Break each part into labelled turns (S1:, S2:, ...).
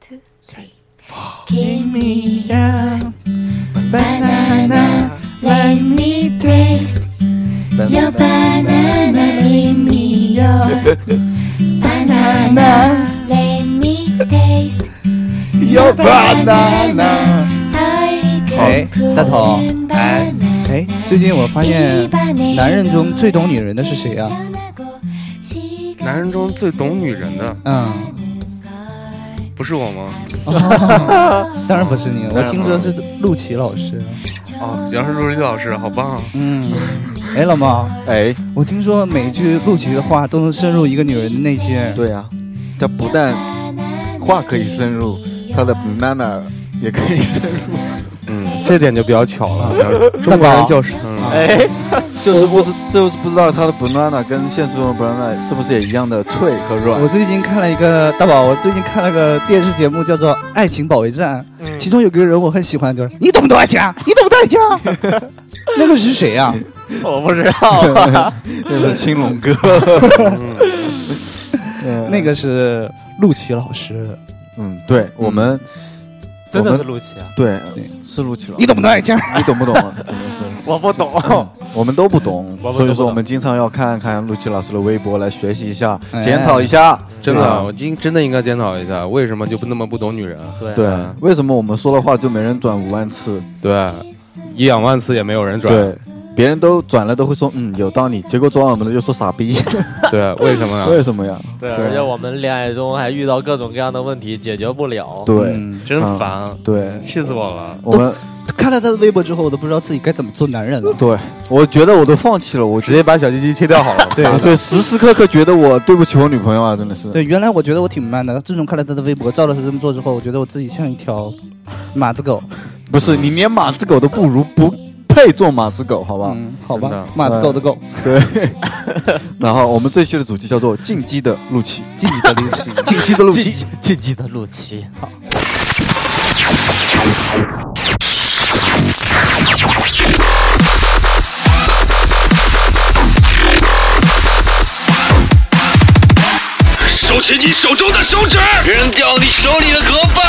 S1: two, three.
S2: Give me a banana, let me taste your banana. Give me your banana, let me taste your banana.
S3: 哎大头
S2: 哎
S3: 哎，最近我发现男人中最懂女人的是谁呀、
S4: 男人中最懂女人的
S3: 嗯，
S4: 不是我吗？
S3: 当然不是你，我听说是陆琪老师。
S4: 哦，原来是陆丽老师，好棒啊！
S3: 嗯，哎，老猫，
S5: 哎，
S3: 我听说每句陆琪的话都能深入一个女人的内心。
S5: 对呀、他不但话可以深入，他的 banana 也可以深入，
S4: 嗯，
S6: 这点就比较巧了。
S3: 大
S6: 中国人
S3: 宝，
S6: 就是
S4: 嗯，
S7: 哎，
S5: 就是不知就是不知道他的 banana 跟现实中的 banana 是不是也一样的脆和软
S3: 我。最近看了一个大宝，我最近看了个电视节目叫做《爱情保卫战》，
S5: 嗯
S3: 其中有个人我很喜欢，就是你懂不懂爱情？啊？你懂不懂爱情？啊？ 那个是谁啊呀、
S7: 我不知道，
S5: 这是青龙哥，
S3: 那个是陆琪老师。
S5: 嗯，对我们
S7: 真的
S5: 我
S7: 是
S5: 们
S7: 陆琪啊，
S5: 对
S3: 对
S5: 是陆琪了，
S3: 你懂不懂爱情？
S5: 你懂不懂啊？真的是。嗯
S7: 我不懂。
S5: 我们都不懂，
S7: 我们都不懂
S5: 所以说我们经常要看看陆琪老师的微博来学习一下
S3: 哎，
S5: 检讨一下。
S4: 真
S5: 啊
S4: 的，我今真的应该检讨一下，为什么就不那么不懂女人？啊
S7: 对
S5: 对，为什么我们说的话就没人转五万次？
S4: 对，一两万次也没有人转。
S5: 对，别人都转了都会说嗯有道理，结果转我们的就说傻逼，
S4: 对，啊为什么呀？
S5: 为什么呀？
S7: 对，啊
S5: 对
S7: 而且我们恋爱中还遇到各种各样的问题，解决不了。
S5: 对
S3: 嗯
S4: 真烦，啊
S5: 对，
S4: 气死我了！
S5: 我们
S3: 看了他的微博之后，我都不知道自己该怎么做男人了。
S5: 对，我觉得我都放弃了，我
S4: 直
S5: 直接
S4: 接把小鸡鸡切掉好了。
S5: 对对，时时刻刻觉得我对不起我女朋友啊，真的是。
S3: 对，原来我觉得我挺慢的，自从看了他的微博，照着他这么做之后，我觉得我自己像一条马子狗。
S5: 不是你连马子狗都不如，不配做马子狗，好吧？
S3: 嗯，好
S4: 真的
S3: 吧，马子狗的狗，
S5: 对。 然后我们这期的主题叫做进击的陆琪，
S3: 自己的力气。
S5: 进击的陆琪。
S7: 进击的陆琪，
S8: 收起你手中的手指，扔掉你手里的盒饭，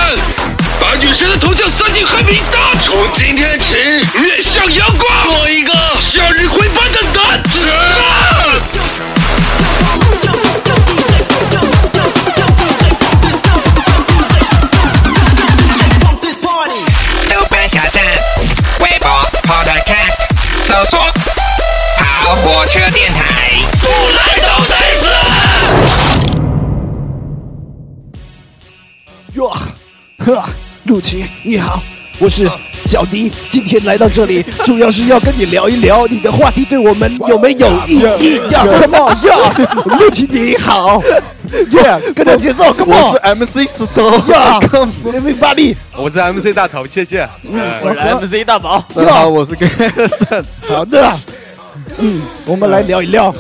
S8: 把女神的头像塞进黑名单。从今天起，面向阳光，做一个向日葵般的男子。
S9: 豆瓣小站、微博、Podcast，搜索“跑火车电台”。
S8: 不来都得死。
S3: 哟呵，陆琪你好，我是小迪，今天来到这里主要是要跟你聊一聊你的话题对我们有没有意义呀？Come on 呀，陆琪你好，耶，跟着节奏，Come
S5: 我
S3: on
S5: 是 MC 石头，
S3: 呀，Everybody，
S4: 我是 MC 大头，谢谢。
S7: 我是 MC 大宝。
S5: 大家好，我是 Gerson。
S3: 好的，嗯，我们来聊一聊，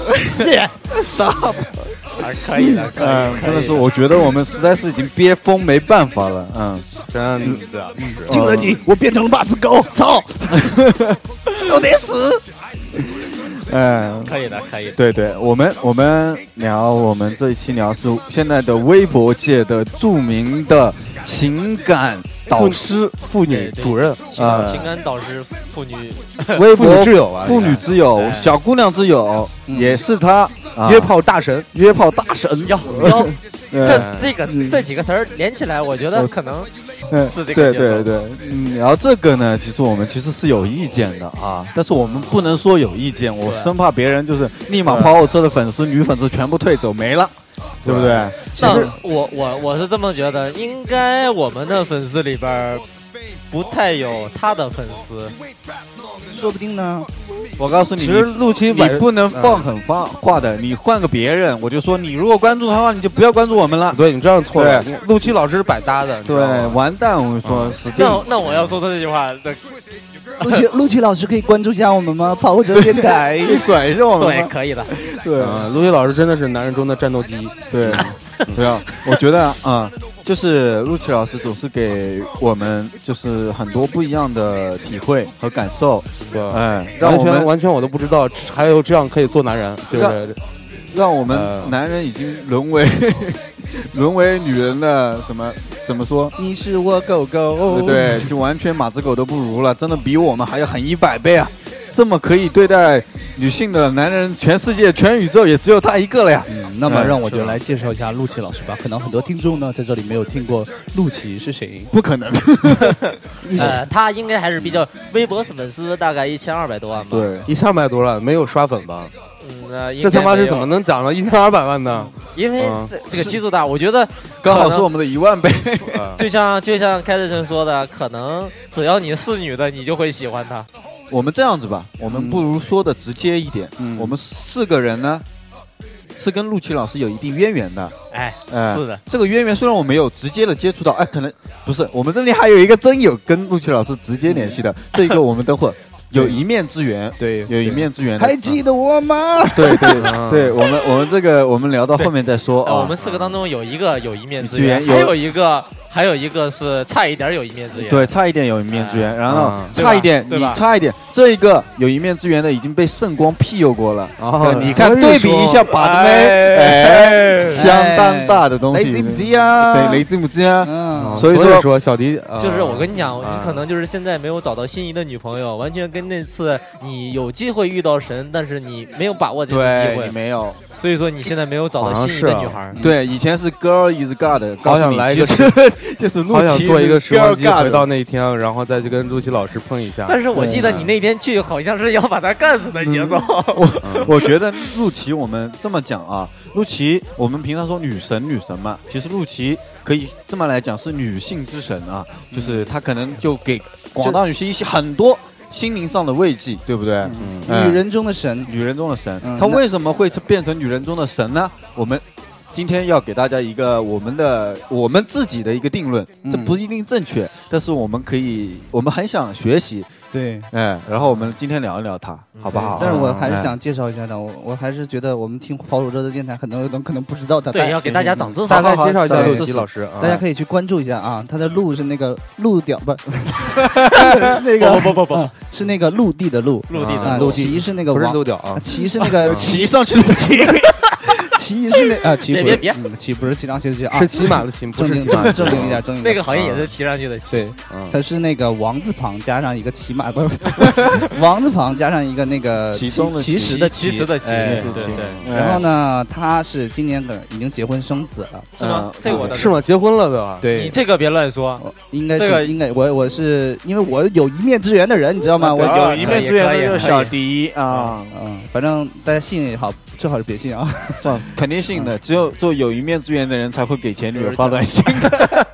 S7: 还可以的，可
S5: 嗯，真的是，我觉得我们实在是已经憋疯，没办法了。嗯，
S4: 真
S3: 听了你，我变成了马子狗，操，都得死。
S5: 嗯，
S7: 可以的，可以的。
S5: 对对，我们我们聊，我们这一期聊是现在的微博界的著名的情感导师、
S4: 妇女主任，
S7: 情
S5: 呃
S7: 情感导师妇女
S5: 微
S4: 妇
S5: 博
S4: 女之友啊
S5: 妇女之友、
S7: 哎
S5: 小姑娘之友，也是他、啊
S4: 约炮大神，
S5: 约炮大神。
S7: 要要
S5: 嗯
S7: 这这个这几个词儿连起来，我觉得可能
S5: 嗯
S7: 是这
S5: 对
S7: 个
S5: 对
S7: 节奏
S5: 对，嗯，然后这个呢，其实我们其实是有意见的啊，但是我们不能说有意见，我
S7: 对
S5: 生怕别人就是立马跑火车的粉丝、女粉丝全部退走没了，对不对？
S7: 那我我我是这么觉得，应该我们的粉丝里边儿不太有他的粉丝，
S3: 说不定呢，
S5: 我告诉你，
S4: 其实
S5: 你
S4: 陆琪
S5: 你
S4: 晚
S5: 不能放狠放话的，你换个别人，我就说你如果关注他的话，你就不要关注我们了。
S4: 对你这样错了。陆琪老师是百搭的，你知
S5: 对
S4: 道吗，
S5: 完蛋！我跟你说，死定
S7: 那那我要说这句话，那
S3: 陆琪 陆琪老师可以关注一下我们吗？跑火车电台，
S5: 转一下我
S7: 对
S5: 们吧。
S7: 可以的，
S5: 对
S4: 啊，陆琪老师真的是男人中的战斗机。
S5: 对，这样我觉得啊、就是陆琪老师总是给我们就是很多不一样的体会和感受，
S4: 对，
S5: 哎，让
S4: 完
S5: 我
S4: 全
S5: 们
S4: 完全我都不知道，还有这样可以做男人，就是
S5: 让我
S4: 呃
S5: 们男人已经沦为沦为女人的什么怎么说？
S10: 你是我狗狗，
S5: 对，就完全马子狗都不如了，真的比我们还要狠一百倍啊！这么可以对待女性的男人，全世界、全宇宙也只有他一个了呀！
S3: 嗯，那么
S5: 嗯
S3: 让我
S5: 是
S3: 就
S5: 吧
S3: 来介绍一下陆琪老师吧。可能很多听众呢在这里没有听过陆琪是谁，
S5: 不可能，
S7: 呃，他应该还是比较微博粉丝大概一千二百多万吧。，
S5: 对，
S11: 一千二百多了，没有刷粉吧？
S7: 嗯，呃、应
S11: 这他妈
S7: 该没
S11: 是
S7: 有
S11: 怎么？能涨到一千二百万 呢？
S7: 因为
S11: 嗯
S7: 这、这个基数大，我觉得
S5: 刚好是我们的一万倍。
S11: 啊
S7: 就像就像凯特森说的，可能只要你是女的，你就会喜欢她。
S5: 我们这样子
S7: 嗯
S5: 吧，我们不如说的直接一点。
S3: 嗯
S5: 我们四个人呢，是跟陆琪老师有一定渊源的。
S7: 哎，
S5: 哎
S7: 是的，
S5: 这个渊源虽然我没有直接的接触到，哎，可能不是，我们这里还有一个真有跟陆琪老师直接联系的，
S7: 嗯
S5: 这个我们等会儿有一面之缘，
S3: 对，
S5: 有一面之缘的。
S10: 还记
S5: 嗯
S10: 得我吗？
S5: 对 对对，我们我们这个我们聊到后面再说
S7: 呃
S5: 啊。
S7: 啊我们四个当中有一个有一面之
S5: 居
S7: 缘，
S5: 然有
S7: 还有一个还有一个是差一点有一面之缘。
S5: 对，差一点有一面之缘，然后
S11: 啊
S7: 对吧
S5: 差一点，
S7: 对
S5: 你
S7: 吧
S5: 差一点，这一个有一面之缘的已经被圣光庇佑过了。
S11: 哦，
S5: 你
S11: 所
S5: 看
S11: 以
S5: 对比一下
S11: 说
S5: 把子妹，
S11: 哎
S5: 哎，相当大的东西，
S10: 雷吉姆基啊，
S5: 对，雷吉姆基啊，
S3: 嗯，
S5: 所以
S11: 说
S5: 说
S11: 小迪
S7: 就是我跟你讲，
S11: 啊
S7: 你可能就是现在没有找到心仪的女朋友，完全跟那次你有机会遇到神，但是你没有把握这次
S5: 对，
S7: 机会
S5: 你，没有，
S7: 所以说你现在没有找
S11: 好
S7: 到
S11: 像
S7: 心仪的
S11: 是啊
S7: 女 孩儿。
S5: 对，以前是 girl is god，
S11: 好想来一个
S5: 告诉你其实就是陆
S11: 好想
S5: 琪
S11: 做一个
S5: 是
S11: 时光机，
S5: girl god
S11: 回到那一天，然后再去跟陆琪老师碰一
S4: 啊
S11: 下。
S7: 但是我记得
S5: 对
S7: 你那天去好像是要把她干死的节奏。
S5: 我觉得陆琪，我们这么讲啊，陆琪，我们平常说女神女神嘛，其实陆琪可以这么来讲是女性之神啊，就是她可能就给广大女性一些很多心灵上的慰藉，对不对？嗯，
S3: 女人中的神，
S5: 女人中的神，
S3: 嗯
S5: 她
S3: 那
S5: 为什么会变成女人中的神呢？我们今天要给大家一个我们的我们自己的一个定论，
S3: 嗯
S5: 这不一定正确，但是我们可以，我们很想学习，
S3: 对。
S5: 哎，然后我们今天聊一聊她，好不好？
S3: 但是我
S11: 哦
S3: 还
S5: 哎
S3: 是想介绍一下的，我我还是觉得我们听跑火车的电台，很多人可能不知道的，
S7: 对，
S3: 但
S7: 要给大家长知识
S11: 大。概介绍一下
S3: 对
S11: 陆琪老师啊，
S3: 大家可以去关注一下啊，他的路是那个鹿 屌不是是那个
S7: 不不不不
S3: 啊是那个陆地的陆
S7: 陆地
S3: 啊
S7: 的，
S11: 嗯陆地
S3: 骑是那个
S11: 不是
S3: 王
S11: 都屌啊
S3: 啊，骑是那个
S5: 骑上去的骑，
S3: 骑是那啊骑
S7: 别
S3: 不是
S7: 别
S3: 嗯骑不是骑上去的骑啊，
S11: 是骑马的骑，不
S3: 正
S11: 是
S3: 经
S11: 骑马
S3: 正
S11: 的嗯
S3: 正经一点正经一点
S7: 那个好像也是骑上去的骑。
S3: 对，它是那个王字旁加上一个骑马， 不是王字旁加上一个那个
S5: 其中的
S3: 其
S5: 其
S3: 实的
S7: 其
S3: 其
S7: 实的骑，
S3: 哎
S7: 对对对，
S3: 然后呢，他是今年的已经结婚生子了，
S7: 是吗？这个我的
S11: 是？吗？结婚了都啊。
S3: 对，
S7: 你这个别乱说，
S3: 哦应该
S7: 这个
S3: 是应该我我是因为我有一面之缘的人，你知道吗？我
S7: 啊
S5: 有一面之缘的就是小迪啊，
S3: 嗯，反正大家信也好，最好是别信啊。
S5: 这样肯定信的，只有做有一面之缘的人才会给前女友发短信的。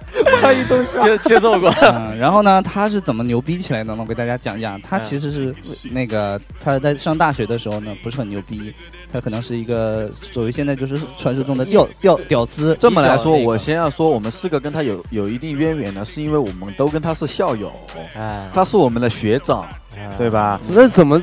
S5: 万一都
S7: 接接受 过。
S3: 嗯，然后呢，他是怎么牛逼起来的呢？我给大家讲一讲，他
S7: 嗯
S3: 其实是那个他在上大学的时候呢，不是很牛逼，他可能是一个属于现在就是传说中的屌屌屌丝。
S5: 这么来说，
S7: 比较那个
S5: 我先要说，我们四个跟他有有一定渊源呢，是因为我们都跟他是校友，
S7: 哎，
S5: 他是我们的学长， 对吧？
S11: 那怎么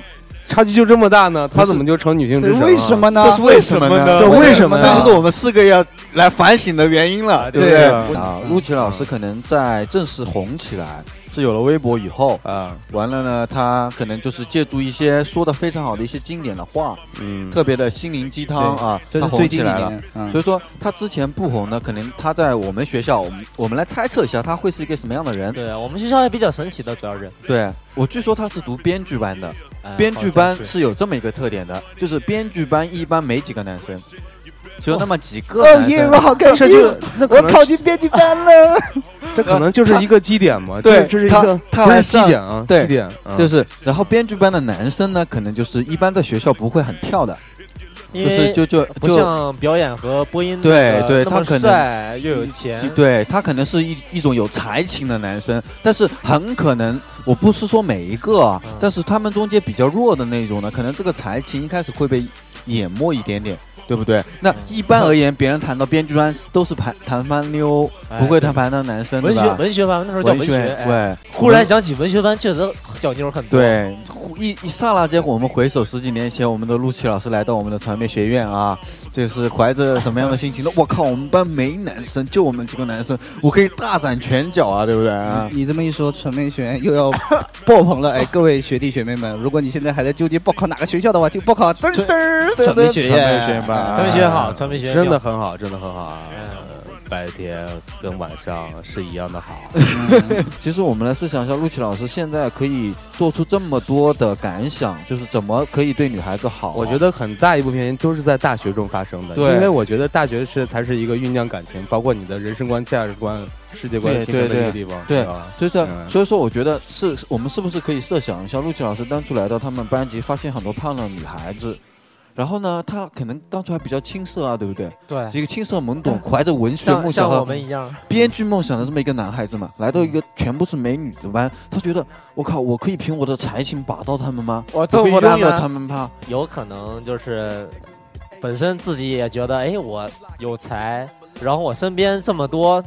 S11: 差距就这么大呢？他怎么就成女性之神了？
S10: 为什么呢？
S5: 这是为什么呢？
S11: 这为什么呢
S5: 这就是我们四个要来反省的原因了，对不对？
S11: 对
S5: 啊，陆琪老师可能在正式红起来，是有了微博以后，
S11: 啊？
S5: 完了呢，他可能就是借助一些说的非常好的一些经典的话，
S11: 嗯，
S5: 特别的心灵鸡汤啊，
S3: 这
S5: 他
S3: 是
S5: 红
S3: 最
S5: 起
S3: 近一
S5: 来了。
S3: 年，嗯
S5: 所以说他之前不红呢，可能他在我们学校，我们我们来猜测一下他会是一个什么样的人。
S7: 对我们学校也比较神奇的，主要是
S5: 对我据说他是读编剧班的，
S7: 哎
S5: 编剧
S7: 好
S5: 班
S7: 像
S5: 是有这么一个特点的，就是编剧班一般没几个男生，只有那么几个
S10: 哦
S5: 男
S10: 耶，
S5: 生
S10: 我。好开心，
S11: 这就那可
S10: 我
S11: 能
S10: 考进编辑班 了。
S11: 这可能就是一个基点嘛，这
S5: 对
S11: 这是一个
S5: 他他
S11: 不
S5: 来
S11: 是基
S5: 上
S11: 点啊，
S5: 对
S11: 基点啊
S5: 嗯
S4: 嗯
S5: 就是，然后编剧班的男生呢，可能就是一般在学校不会很跳的，就
S7: 因
S5: 是
S7: 为
S5: 就就
S7: 不
S5: 就
S7: 像表演和播音
S5: 对
S7: 那个
S5: 对
S7: 那
S5: 他
S7: 么
S5: 可能
S7: 帅又有钱，
S5: 对他可能是一一种有才情的男生，但是很可能我不是说每一个啊，
S7: 嗯
S5: 但是他们中间比较弱的那种呢，可能这个才情一开始会被淹没一点点，对不对？
S7: 嗯
S5: 那一般而言，别人谈到编剧班都是谈谈翻溜，
S7: 哎
S5: 不会谈盘的男生，
S7: 文
S5: 对
S7: 学
S5: 吧？
S7: 文学班那时候叫
S5: 文
S7: 文学，哎
S5: 对，
S7: 忽然想起文学班确实小妞很多。
S5: 对，忽一一刹那间，我们回首十几年前，我们的陆琪老师来到我们的传媒学院啊，这是怀着什么样的心情呢？我靠，我们班没男生，就我们几个男生，我可以大展拳脚啊，对不对啊？
S3: 你这么一说，传媒学院又要爆棚了。哎，各位学弟学妹们，如果你现在还在纠结报考哪个学校的话，就报考嘚儿嘚儿
S5: 传媒学院啊
S3: 传媒
S5: 传媒学院吧
S7: 传媒学院好，传媒学院
S11: 真的
S7: 妙，
S11: 很好，真的很好啊。
S7: 嗯白天跟晚上是一样的好。
S5: 其实我们来试想一下，陆琪老师现在可以做出这么多的感想，就是怎么可以对女孩子好啊、
S4: 我觉得很大一部分原因都是在大学中发生的，
S5: 对
S4: 因为我觉得大学是才是一个酝酿感情，包括你的人生观、价值观、世界观
S5: 对
S4: 形成的
S5: 对
S4: 一个地方，
S5: 对
S4: 是吧？
S5: 就是，
S4: 嗯
S5: 所以说我觉得是我们是不是可以设想一下，陆琪老师当初来到他们班级，发现很多漂亮的女孩子，然后呢，她可能当初还比较青涩啊，对不对？
S7: 对，
S5: 一个青涩懵懂， 怀着文学
S7: 哎像
S5: 梦想
S7: 像我
S5: 和
S7: 们一样，嗯
S5: 编剧梦想的这么一个男孩子嘛，来到一个全部是美女的班，他觉得我靠，我可以凭我的才情把到他们 吗？
S7: 我
S5: 我
S7: 征
S5: 可以
S7: 服
S5: 拥有
S7: 们，
S5: 他们吗？
S7: 有可能就是本身自己也觉得，哎，我有才，然后我身边这么多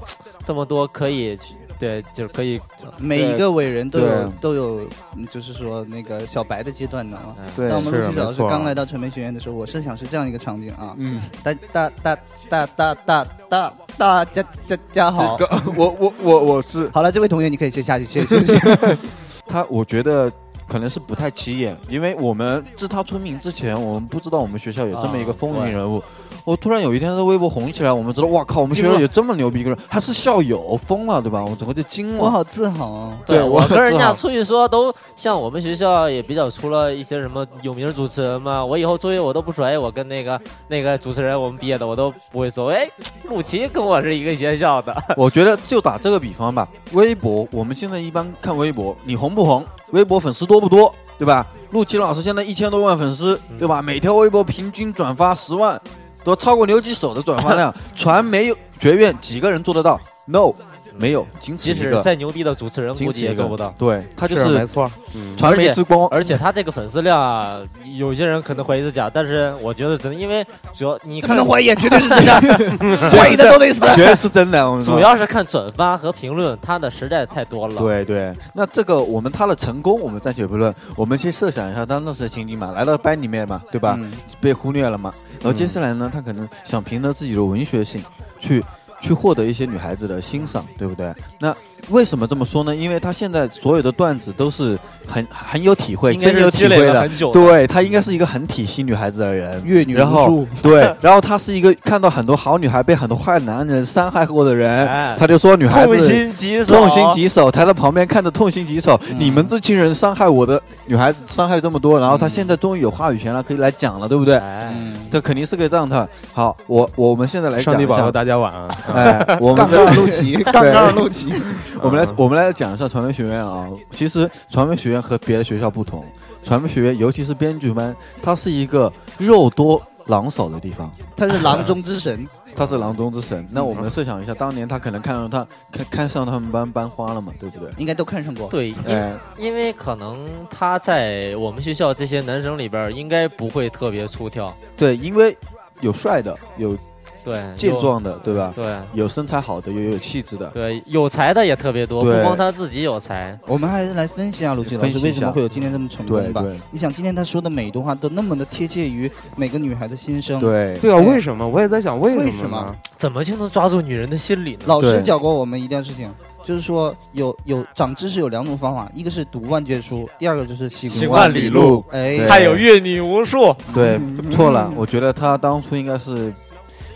S7: 这么多可以去，对，就是可以，
S3: 每一个伟人都
S5: 对
S3: 有都有，嗯就是说那个小白的阶段的啊。
S5: 对
S3: 当我们
S4: 是
S3: 陆琪老
S4: 没
S3: 师
S4: 错
S3: 刚来到传媒学院的时候，我设想是这样一个场景啊，
S5: 嗯，
S3: 大大大大大大大大家家家好，
S5: 我我我我是
S3: 好了，这位同学你可以先下去，谢谢谢谢。
S5: 他，我觉得可能是不太起眼，因为我们自他出名之前，我们不知道我们学校有这么一个风云人物。我突然有一天在微博红起来，我们知道，哇靠，我们学校有这么牛逼一个人，他是校友，疯了，对吧？我整个就惊
S3: 我
S5: 了。
S3: 好自豪哦。
S5: 对
S7: 我
S5: 我
S7: 跟人
S5: 知
S7: 家
S5: 道
S7: 出去说都像我们学校也比较出了一些什么有名主持人嘛，我以后作业我都不说，哎，我跟那个那个主持人我们毕业的，我都不会说，哎，陆琪跟我是一个学 校的，
S5: 我觉得就打这个比方吧，微博，我们现在一般看微博，你红不红，微博粉丝多不多，对吧？陆琪老师现在一千多万粉丝，
S7: 嗯
S5: 对吧？每条微博平均转发十万，都超过牛几手的转发 量。传媒学院几个人做得到？No，没有，仅此
S7: 即
S5: 一个
S7: 使。再牛逼的主持人
S5: 仅
S7: 估
S5: 此
S7: 计也
S5: 一个
S7: 做不到。啊
S5: 对，他就是是
S4: 没错，嗯
S5: 传媒之光。
S7: 而且他这个粉丝量啊，有些人可能怀疑是假，但是我觉得真的，因为主要你
S3: 怎么
S7: 看
S3: 能，怀疑？绝对是真的，怀疑的都得死。
S5: 绝对是真的，我们
S7: 主 要是看转发和评论，他的实在太多了。，
S5: 对对。那这个我们他的成功，我们暂且不论，我们先设想一下当时的情景嘛，来到班里面嘛，对吧？
S3: 嗯
S5: 被忽略了嘛。然
S7: 嗯
S5: 后接下来呢，他可能想凭着自己的文学性去。去获得一些女孩子的欣赏，对不对？那为什么这么说呢？因为他现在所有的段子都是很很有体会，
S7: 应该
S5: 真有
S7: 是积
S5: 体
S7: 累
S5: 会
S7: 了
S5: 的。
S7: 很久的。
S5: 对他应该是一个很体恤女孩子的 人，
S3: 阅女
S5: 然
S3: 无
S5: 后
S3: 数，
S5: 对，然后他是一个看到很多好女孩被很多坏男人伤害过的人，
S7: 哎
S5: 他就说女孩
S7: 痛
S5: 子
S7: 心疾首，嗯
S5: 痛心疾首，他在旁边看着痛心疾首。你们这群人伤害我的女孩子，伤害了这么多，然后
S7: 嗯
S5: 他现在终于有话语权了，可以来讲了，对不对？
S7: 哎，
S3: 嗯，
S5: 这肯定是个状态。好，我我们现在来
S4: 上
S5: 讲
S4: 帝
S5: 一
S4: 保佑
S5: 下，
S4: 大家 晚安。
S5: 哎，我们
S3: 杠
S5: 的
S3: 杠 陆琪，杠杠陆琪，
S5: 我们来
S4: 嗯
S5: 我们来讲一下传媒学院啊。其实传媒学院和别的学校不同，传媒学院尤其是编剧班，它是一个肉多狼少的地方。
S3: 他是郎中之神，
S5: 他是郎中之神，那我们设想一下，当年他可能看上
S4: 嗯
S5: 他看看上他们班班花了嘛，对不对？
S3: 应该都看上过。
S7: 对，因
S4: 嗯
S5: 哎，
S7: 因为可能他在我们学校这些男生里边儿，应该不会特别出挑。
S5: 对，因为有帅的，有
S7: 对，
S5: 健
S7: 有，
S5: 壮的，对吧？
S7: 对
S5: 有身材好的，也有气质的。
S7: 对，有才的也特别多，不
S5: 对
S7: 光他自己有才，
S3: 我们还是来分析一下陆琪老
S5: 分析
S3: 师
S5: 一下
S3: 为什么会有今天这么成
S5: 对
S3: 功吧。
S5: 对
S3: 你想，今天他说的每一段话都那么的贴切于每个女孩的心声。，
S5: 对，
S4: 对啊，为什么？我也在想为
S3: 为
S4: 什
S3: 什
S4: 么
S3: 么
S4: 呢？
S7: 怎么就能抓住女人的心理呢？
S3: 老师
S5: 对
S3: 教过我们一件事情，就是说有有长知识有两种方法，一个是读万卷书，第二个就是行
S7: 行
S3: 万
S7: 万
S3: 里
S7: 里
S3: 路
S7: 路。
S3: 哎
S5: 对，
S7: 还有阅女无数，
S5: 对，
S4: 嗯
S5: 错了，我觉得他当初应该是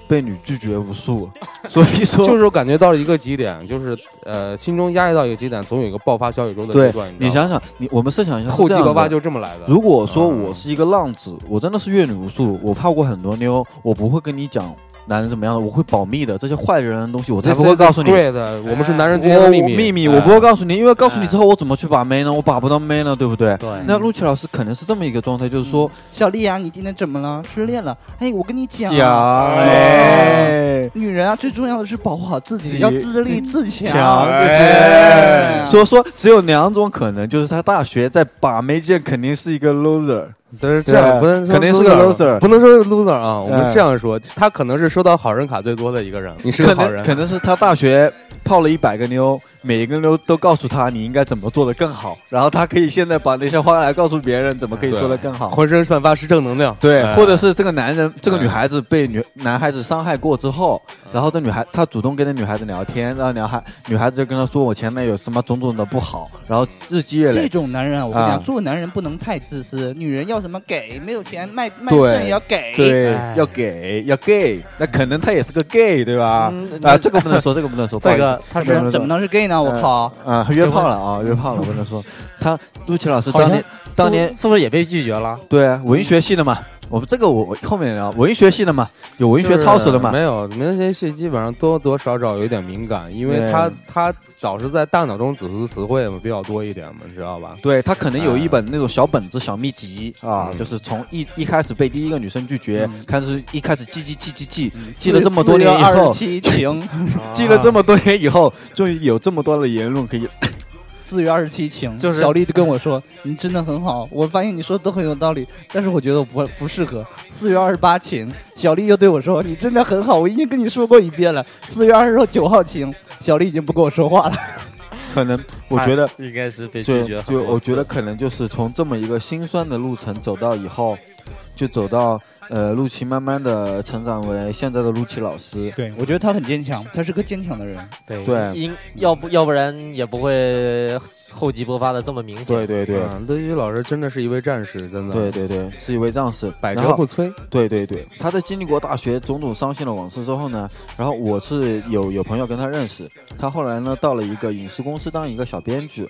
S5: 被女拒绝无 数，所以说
S4: 就是我感觉到了一个极点， 就是呃，心中压抑到一个极点，总有一个爆发小宇宙的
S5: 对
S4: 阶段。
S5: 你
S4: 知道
S5: 想
S4: 吗
S5: 想，你我们设想一下，
S4: 厚积薄发
S5: 吧，
S4: 就这么来的。
S5: 如果说我是一个浪子，我真的是阅女无数，我泡过很多妞，我不会跟你讲男人怎么样的，我会保密的，这些坏人的东西我才不会告诉你。
S4: This is great，我们是男人之间的
S5: 我
S4: 秘
S5: 我
S4: 密。
S5: 哦秘密，
S4: 哎
S5: 我不会告诉你，因为告诉你之后我怎么去把妹呢？我把不到妹呢，对不对？
S7: 对
S5: 那陆琪老师可能是这么一个状态，就是说
S3: 小丽啊，你今天怎么了？失恋了？哎，我跟你
S4: 嗯
S3: 讲啊，
S5: 假
S3: 哎女人啊，最重要的是保护好自己，
S5: 自己
S3: 要自立自强。
S5: 强这
S3: 哎
S5: 些，所以说只有两种可能，就是他大学在把妹界肯定是一个 loser，
S4: 但是这
S5: 对
S4: 样不能说
S5: 肯定是个 loser
S4: 不能说是 loser 啊。我
S5: 哎
S4: 们这样说，他可能是收到好人卡最多的一个人。你是个
S5: 可
S4: 好
S5: 能
S4: 人，
S5: 可能是他大学泡了一百个妞，每一个人都都告诉他你应该怎么做的更好，然后他可以现在把那些话来告诉别人怎么可以做的更好。
S4: 浑身散发是正能量，
S5: 对，
S4: 哎
S5: 或者是这个男人，这个女孩子被女男孩子伤害过之后，然后这女孩她主动跟那女孩子聊天，然后聊孩女孩子就跟她说我前男友什么种种的不好，然后日积月
S3: 这
S5: 累，
S3: 种男人啊，我跟你
S5: 啊
S3: 讲，做男人不能太自私。女人要什么给，没有钱卖卖
S5: 对
S3: 肾也要给。
S5: 对
S7: 哎，
S5: 要给要 gay，那可能他也是个 gay，对吧
S7: 嗯？
S5: 啊，这个不能说，这个不能说，不好
S7: 这
S5: 意思
S7: 个他
S5: 不能
S7: 是
S5: 说
S3: 怎么能是 gay 呢？我靠！
S5: 啊，约炮了啊，约炮了，不能说。他陆琪老师
S7: 好像
S5: 当年当年
S7: 是不是是不是也被拒 绝了？
S5: 对啊，文学系的嘛，我们这个我后面聊文学系的嘛，有文
S7: 啊
S5: 学操守的嘛
S4: 没，有，文学系基本上多多少少有点敏感，因为
S5: 对
S4: 他他老是在大脑中组织词汇嘛比较多一点嘛，你知道吧？
S5: 对他可能
S7: 哎
S5: 有一本那种小本子、小秘籍啊，
S4: 嗯
S5: 就是从一一开始被第一个女生拒绝，
S7: 嗯
S5: 开始一开始记记记记记，记
S3: 记
S5: 了这么多年以
S3: 二十
S5: 后，
S3: 七情，
S7: 啊
S5: 记了这么多年以后，终于有这么多的言论可以。
S3: 四月二十七晴，
S7: 就是
S3: 小丽就跟我说：“你真的很好，我发现你说的都很有道理，但是我觉得我不不适合。”四月二十八晴，小丽又对我说：“你真的很好，我已经跟你说过一遍了。”四月二十九号晴，小丽已经不跟我说话了。
S5: 可能我觉得
S7: 他应该是被拒
S5: 就
S7: 绝很多次。
S5: 就我觉得可能就是从这么一个心酸的路程走到以后，就走到呃陆琪慢慢的成长为现在的陆琪老师。
S3: 对，我觉得她很坚强，她是个坚强的人。
S7: 对
S5: 对
S7: 应要不要不然也不会厚积薄发的这么明显。
S5: 对对对
S4: 嗯，乐于老师真的是一位战士，
S7: 嗯
S4: 真的，
S5: 对，对对，是一位战士，
S4: 百
S5: 然
S4: 折
S5: 后
S4: 不摧。
S5: 对对对，他在经历过大学种种伤心的往事之后呢，然后我是有有朋友跟他认识，他后来呢到了一个影视公司当一个小编剧，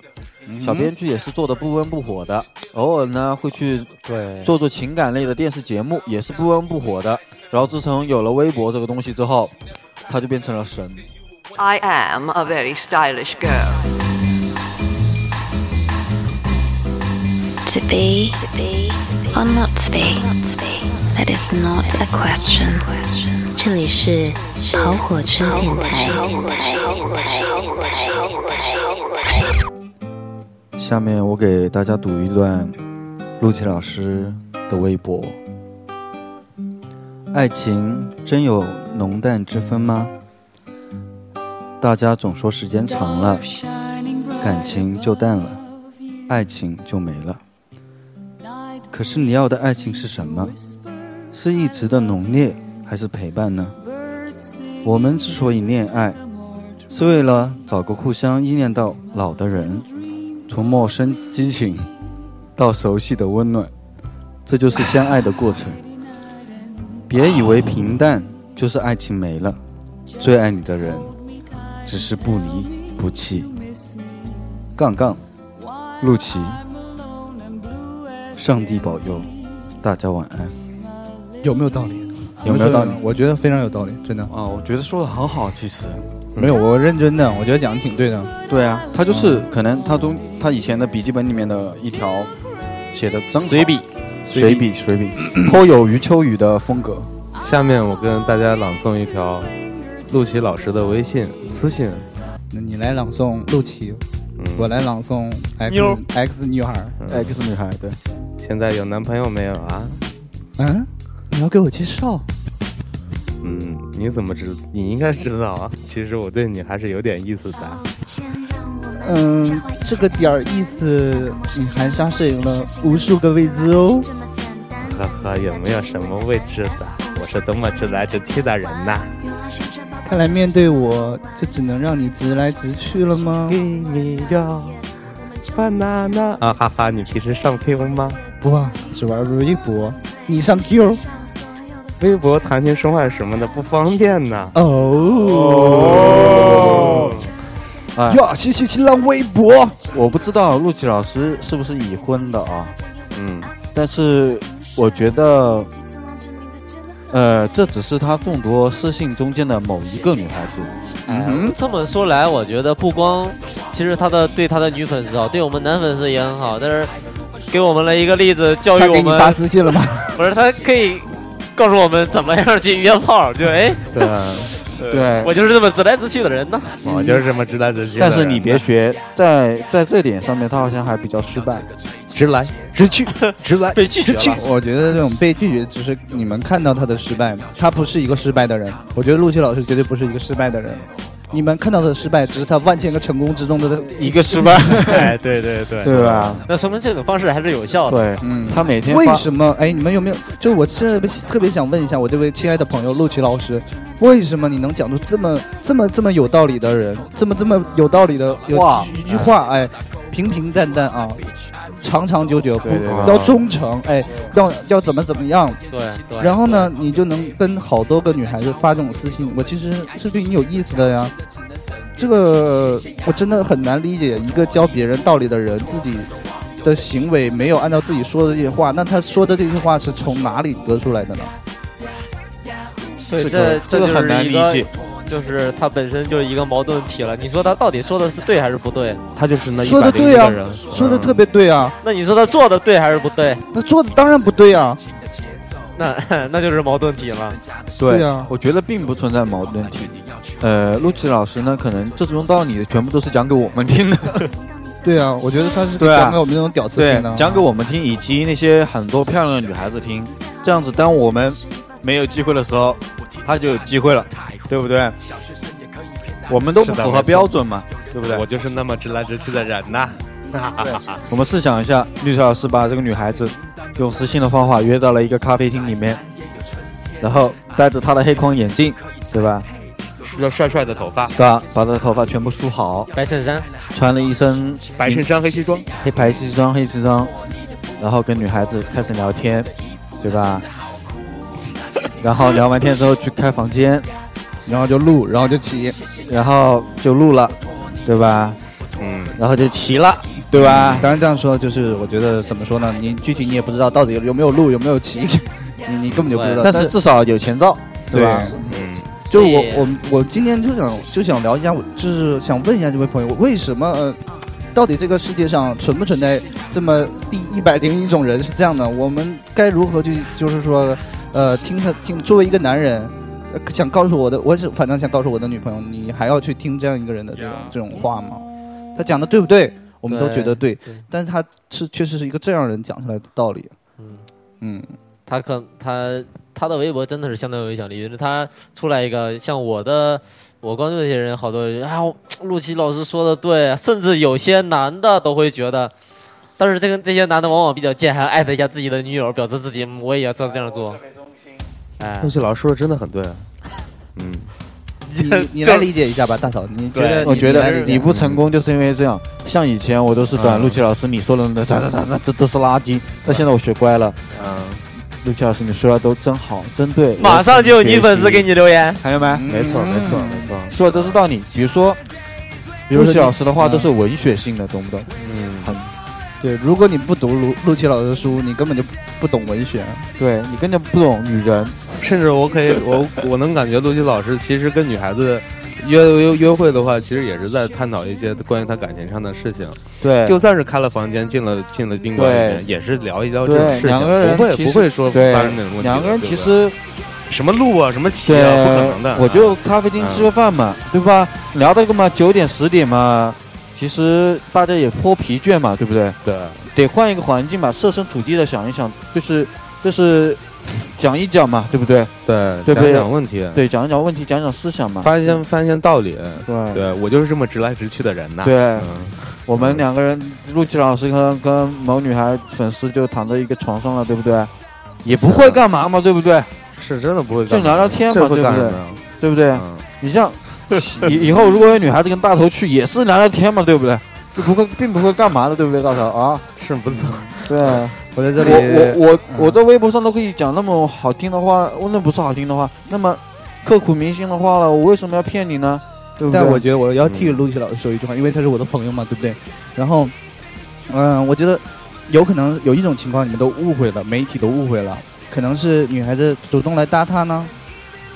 S7: 嗯
S5: 小编剧也是做的不温不火的，偶尔呢会去
S7: 对
S5: 做做情感类的电视节目，也是不温不火的。然后自从有了微博这个东西之后，他就变成了神。
S12: I am a very stylish girl.
S13: To be or not to be, that is not a question. 这里是好火之电台。
S5: 下面我给大家读一段陆琪老师的微博：爱情真有浓淡之分吗？大家总说时间长了，感情就淡了，爱情就没了。可是你要的爱情是什么？是一直的浓烈，还是陪伴呢？我们之所以恋爱，是为了找个互相依恋到老的人。从陌生激情到熟悉的温暖，这就是相爱的过程。别以为平淡就是爱情没了，最爱你的人只是不离不弃。杠杠，陆琪，上帝保佑，大家晚安。
S3: 有没有道理？
S5: 有没有道理？
S3: 我觉得非常有道理，真的。
S5: 啊，我觉得说的很好，其实。
S3: 没有，我认真的，我觉得讲的挺对的。
S5: 对啊，他就是、可能他中他以前的笔记本里面的一条写的真好
S7: 随笔，
S5: 随笔嗯随笔，颇有余秋雨的风格。
S4: 下面我跟大家朗诵一条陆琪老师的微信私信，
S3: 那你来朗诵陆琪，我来朗诵 X
S5: 妞
S3: X 女孩。
S5: X 哎女孩，对，
S4: 现在有男朋友没有啊？
S3: 嗯，你要给我介绍？
S4: 嗯，你怎么知？你应该知道啊。其实我对你还是有点意思的。
S3: 嗯，这个点儿意思，你含沙射影了无数个未知哦。
S4: 呵呵，有没有什么未知的？我是多么直来直去的人呐、
S3: 看来面对我，就只能让你直来直去了吗
S4: Give？me your banana 啊哈哈！你平时上 Q 吗？
S3: 不啊，只玩微博。你上 Q
S4: 微博谈情说爱什么的不方便呢。
S3: 哦。
S10: 呀，新新新浪微博，
S5: 我不知道陆琪老师是不是已婚的啊，
S4: 嗯，
S5: 但是我觉得，呃，这只是他众多私信中间的某一个女孩子。
S7: 哎
S3: 嗯，
S7: 这么说来，我觉得不光其实他的对他的女粉丝哦好，对我们男粉丝也很好，但是给我们了一个例子，教育
S3: 他
S7: 我
S3: 给你发
S7: 们，
S3: 私信了吗？
S7: 不是他可以告诉我们怎么样去约炮，对，哎，
S4: 对，啊
S5: 对
S7: 我就是这么直来直去的人呢。
S4: 我哦就是这么直来直去的
S5: 但
S4: 人。
S5: 是你别学，在在这点上面，他好像还比较失败。
S4: 直来直去，直来
S7: 被拒绝 了，
S3: 我觉得这种被拒绝只是你们看到他的失败，他不是一个失败的人。我觉得陆琪老师绝对不是一个失败的人。你们看到的失败只是他万千个成功之中的
S5: 一个失败
S7: 哎，对对对，
S5: 对吧？
S7: 那说明这种方式还是有效的。
S5: 对，嗯，他每天
S3: 为
S5: 发
S3: 什么？哎，你们有没有？就是我现在特别想问一下我这位亲爱的朋友陆琪老师，为什么你能讲出这么这么这么有道理的人，这么这么有道理的有
S5: 话
S3: 一句话？哎，平平淡淡啊，长长久久，不
S5: 对对
S3: 要忠诚，哎，要要怎么怎么样？
S7: 对对
S3: 然后呢，你就能跟好多个女孩子发这种私信，我其实是对你有意思的呀。这个我真的很难理解，一个教别人道理的人，自己的行为没有按照自己说的这些话，那他说的这些话是从哪里得出来的呢？
S7: 所
S5: 这
S7: 以
S5: 个
S7: 这
S5: 这个
S7: 就是
S5: 很难
S7: 一个
S5: 理解，
S7: 就是他本身就是一个矛盾体了。你说他到底说的是对还是不对？
S4: 他就是那
S3: 说的
S4: 101
S3: 对啊
S4: 个人，
S3: 说的特别对啊，
S5: 嗯
S7: 那你说他做的对还是不对？
S3: 那做的当然不对啊，
S7: 那那 就是矛盾体了。
S5: 对
S3: 对啊
S5: 我觉得并不存在矛盾体。呃，陆琪老师呢，可能这种道理全部都是讲给我 们听的，
S3: 对啊，我觉得他是
S5: 对啊
S3: 讲给我们这种屌丝
S5: 对
S3: 听的，，
S5: 讲给我们听，以及那些很多漂亮的女孩子听。这样子，当我们没有机会的时候，她就有机会了，对不对？我们都不
S4: 是的
S5: 符合
S4: 没错
S5: 标准嘛，对不对？
S4: 我就是那么直来直去的人呐。
S5: 我们试想一下，绿老师把这个女孩子用私信的方法约到了一个咖啡厅里面，然后戴着她的黑框眼镜，对吧？
S4: 要帅帅的头发，
S5: 对吧？把她的头发全部梳好，
S7: 白衬衫，
S5: 穿了一身
S4: 白衬衫黑西装，
S5: 黑白西装、黑西装，然后跟女孩子开始聊天，对吧？然后聊完天之后去开房间，
S3: 然后就录，然后就起，
S5: 然后就录了，对吧？
S4: 嗯，
S5: 然后就齐了，对吧？
S3: 当然这样说就是我觉得怎么说呢？你具体你也不知道到底有没有录，有没有起，你你根本就不知道。
S5: 但是至少有前兆，对吧？
S4: 嗯，
S3: 就我
S7: 对
S3: 我我今天就想就想聊一下，我就是想问一下这位朋友，为什么、呃、到底这个世界上存不存在这么第一百零一种人是这样的？我们该如何去就是说，呃，听他听作为一个男人。呃想告诉我的，我是反正想告诉我的女朋友，你还要去听这样一个人的这种这种话吗？他讲的对不对？我们都觉得对，
S7: 对对
S3: 但是他是确实是一个这样人讲出来的道理。
S7: 嗯，
S3: 嗯，
S7: 他可他他的微博真的是相当有影响力，就是他出来一个像我的。我关注的这些人，好多人啊，我陆琪老师说的对，啊甚至有些男的都会觉得，但是这个这些男的往往比较贱，还要艾特一下自己的女友，表示自己嗯我也要照这样做。哎
S4: 陆，琪老师说的真的很对啊。嗯，
S3: 你你你来理解一下吧，大头，你觉
S7: 对
S3: 得
S5: 我
S3: 你
S5: 觉
S3: 你来
S5: 得
S3: 理解
S5: 你不成功就是因为这样。像以前我都是短
S4: 嗯
S5: 陆琪老师你说的那咋咋咋咋，这都是垃圾。但现在我学乖了，
S4: 嗯，
S5: 陆琪老师你说的都真好，真对。
S7: 马上就有女粉丝给
S5: 你，
S7: 你留言，
S5: 看见嗯没？
S3: 嗯
S4: 没错，没错，没错。
S5: 说的都是道理。比如说，
S3: 如
S5: 陆
S3: 说
S5: 琪
S3: 你
S5: 老师的话
S3: 嗯
S5: 都是文学性的，懂不懂？
S4: 嗯，
S3: 对，如果你不读陆陆琪老师的书，你根本就不懂文学。
S5: 对你根本不懂女人，
S4: 甚至我可以，我我能感觉陆琪老师其实跟女孩子约约约会的话，其实也是在探讨一些关于他感情上的事情。
S5: 对，
S4: 就算是开了房间，进了进了宾馆里
S5: 对
S4: 面，也是聊一聊这种
S5: 对
S4: 事情，
S5: 两个人
S4: 不会
S5: 其实
S4: 不会说
S5: 对
S4: 发生那种问题的。
S5: 两个人
S4: 对
S5: 其
S4: 不对
S5: 实
S4: 什么路啊，什么棋
S5: 对
S4: 啊，不可能的。嗯
S5: 我就咖啡厅吃个饭嘛，对吧？聊到个嘛九点十点嘛，其实大家也颇疲倦嘛，对不对？
S4: 对，
S5: 得换一个环境嘛，设身处地的想一想，就是就是讲一讲嘛，对不对？
S4: 对
S5: 对不对
S4: 讲讲问题，
S5: 对，讲一讲问题，讲一讲思想嘛。
S4: 发现发现道理。
S5: 对，
S4: 对我就是这么直来直去的人呐。
S5: 对
S4: 嗯
S5: 我们两个人，陆琪老师跟跟某女孩粉丝就躺在一个床上了，对不对？也不会干嘛嘛，对不对？
S4: 是真的不会干
S5: 就
S4: 嘛的，
S5: 聊聊天嘛
S4: 这会
S5: 对不
S4: 干
S5: 对
S4: 什么呀？
S5: 对不对？
S4: 嗯
S5: 你像以以后如果有女孩子跟大头去，也是聊聊天嘛，对不对？就不会，并不会干嘛的，对不对，大头啊？
S4: 是不错。
S5: 对，
S3: 我在这里，
S5: 我我我我在微博上都可以讲那么好听的话，那不是好听的话，那么刻骨铭心的话了，我为什么要骗你呢？对不对？
S3: 但我觉得我要替陆琪老师说一句话，因为他是我的朋友嘛，对不对？然后，嗯、我觉得有可能有一种情况，你们都误会了，媒体都误会了，可能是女孩子主动来搭他呢，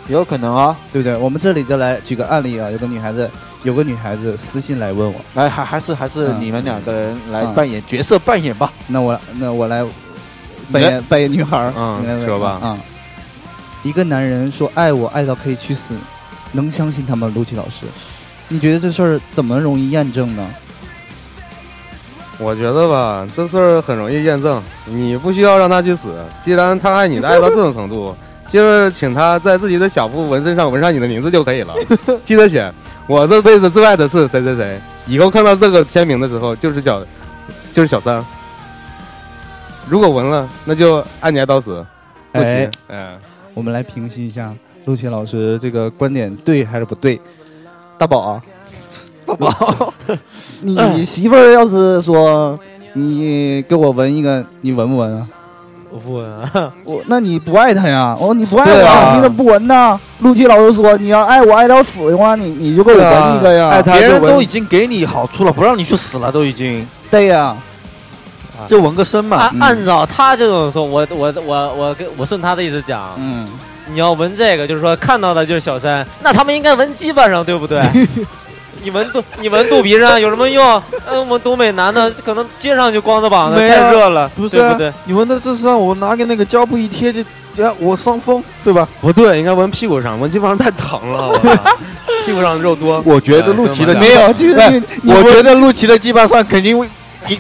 S5: 有可能啊，
S3: 对不对？我们这里就来举个案例啊，有个女孩子，有个女孩子私信来问我，
S5: 来哎还还是还是
S3: 嗯
S5: 你们两个人来
S3: 嗯
S5: 扮演、角色扮演吧。
S3: 那我那我来扮演扮演女孩儿，
S4: 嗯
S3: 你来问
S4: 说吧
S3: 啊、一个男人说爱我爱到可以去死，能相信他吗？陆琪老师，你觉得这事儿怎么容易验证呢？
S4: 我觉得吧，这事儿很容易验证，你不需要让他去死。既然他爱你的爱到这种程 度，就是请他在自己的小腹纹身上纹上你的名字就可以了。记得写，我这辈子最爱的是谁谁谁。以后看到这个签名的时候，就是小，就是小三。如果纹了，那就按你爱到死。不
S3: 哎
S4: 行，嗯，
S3: 我们来平息一下陆琪老师这个观点对还是不对？大宝啊， 大 宝，
S4: 嗯
S3: 你媳妇儿要是说你给我纹一个，你纹不纹啊？
S7: 我不闻啊，
S3: 我那你不爱她呀？哦，你不爱
S7: 对
S3: 我，
S7: 啊
S3: 你怎么不纹呢？陆琪老师说，你要爱我爱到死的话，你你就给我纹一个呀。
S5: 哎爱他啊别人都已经给你好处了，不让你去死了，都已经
S3: 对呀，
S5: 就纹个身嘛。
S7: 啊按按照他这种说，我我我我跟我顺他的意思讲，
S3: 嗯，
S7: 你要纹这个，就是说看到的就是小三，那他们应该纹鸡巴上，对不 对？你纹肚你纹肚皮上有什么用？嗯，我们东北男的可能街上就光着膀子，
S5: 没啊
S7: 太热了，
S5: 不是
S7: 对
S5: 啊
S7: 不对？
S5: 你纹到这上，我拿个那个胶布一贴就，就啊我伤风，对吧？
S4: 不对，应该纹屁股上，纹屁股上太疼了，我 操屁股上肉多。
S5: 我觉得陆琪的鸡
S4: 嗯
S5: 巴
S3: 没有其实
S5: 不是
S3: 你
S5: 我
S3: 你
S5: 觉得陆琪的鸡巴上肯定问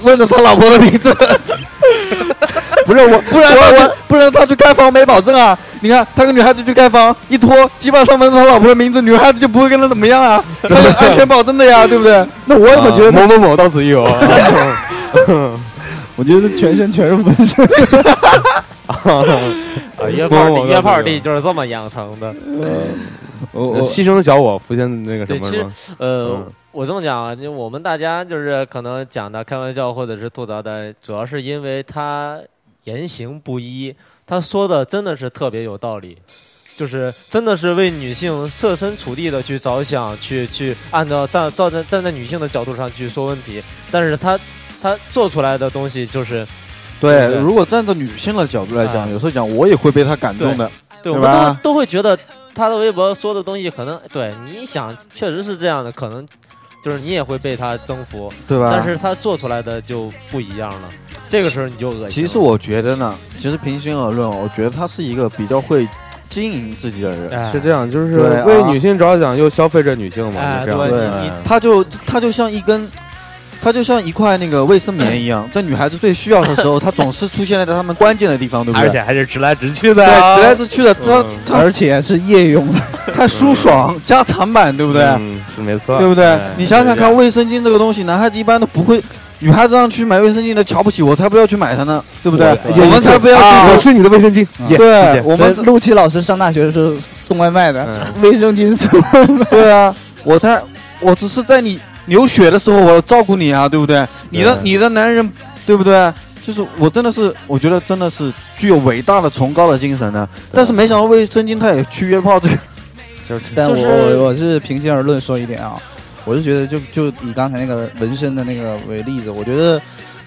S5: 问着他老婆的名 字，
S3: 不是我，
S5: 不然他去不然他去开房没保证啊。你看他跟女孩子去开房，一脱鸡巴上纹着他老婆的名字，女孩子就不会跟他怎么样 啊，他有安全保证的 呀，对不对？
S3: 那我怎么觉得
S4: 某
S3: 那
S4: 啊某某到此一 游。
S3: 我觉得全身全是纹身。
S7: 啊，约
S4: 光
S7: 炮
S4: 我告
S7: 地约
S4: 诉
S7: 炮
S4: 你
S7: 地就是这么养成的。
S3: 我我
S4: 牺牲小我，浮现那个什
S7: 对，
S4: 么
S7: 其
S4: 是
S7: 实
S4: 吗？
S7: 呃
S4: 嗯，
S7: 我这么讲啊，就我们大家就是可能讲的开玩笑或者是吐槽的，主要是因为他言行不一，他说的真的是特别有道理。就是真的是为女性设身处地的去着想，去去按照站站在站在女性的角度上去说问题，但是他他做出来的东西就是
S5: 对，
S7: 对
S5: 如果站在女性的角度来讲，
S7: 啊
S5: 有时候讲我也会被他感动的。对
S7: 对，我们
S5: 吧
S7: 都都会觉得他的微博说的东西，可能对你想确实是这样的，可能就是你也会被他征服，
S5: 对吧
S7: 但是他做出来的就不一样了，这个时候你就恶心了。
S5: 其实我觉得呢，其实平心而论，我觉得他是一个比较会经营自己的人。
S7: 哎
S4: 是这样，就是
S5: 对啊
S4: 为女性着想，又消费着女性嘛，
S7: 哎，
S4: 就这样。
S7: 对
S5: 对
S7: 你你
S5: 他就他就像一根，他就像一块那个卫生棉一样，在女孩子最需要的时候，他总是出现在他们关键的地方，对不对？
S4: 还是直来直去的
S5: 对，直来直去的，他
S4: 嗯
S5: 他
S3: 而且是夜用的，
S5: 太舒爽，加长版，对不对？
S4: 嗯，是没错，
S5: 对不对
S4: 哎？
S5: 你想想
S4: 就这
S5: 看，
S4: 样
S5: 卫生巾这个东西，男孩子一般都不会，女孩子让去买卫生巾的瞧不起，我才不要去买它呢，对不对？
S4: 有
S5: 我
S4: 一
S5: 们
S4: 次
S5: 才不要
S4: 啊我
S5: 去。
S4: 是你的卫生巾，耶谢
S5: 对，
S4: 谢
S5: 我们
S3: 陆琪老师上大学的时候送外卖的，卫生巾送外卖。
S5: 对啊，我在，我只是在你流血的时候，我照顾你啊，对不对？你的
S4: 对
S5: 你的男人，对不对？就是我真的是，我觉得真的是具有伟大的崇高的精神的。但是没想到卫生巾他也去约炮这个，
S4: 嗯
S3: 但我、
S7: 就是
S3: 我我是平心而论说一点啊，我是觉得就就以刚才那个纹身的那个为例子，我觉得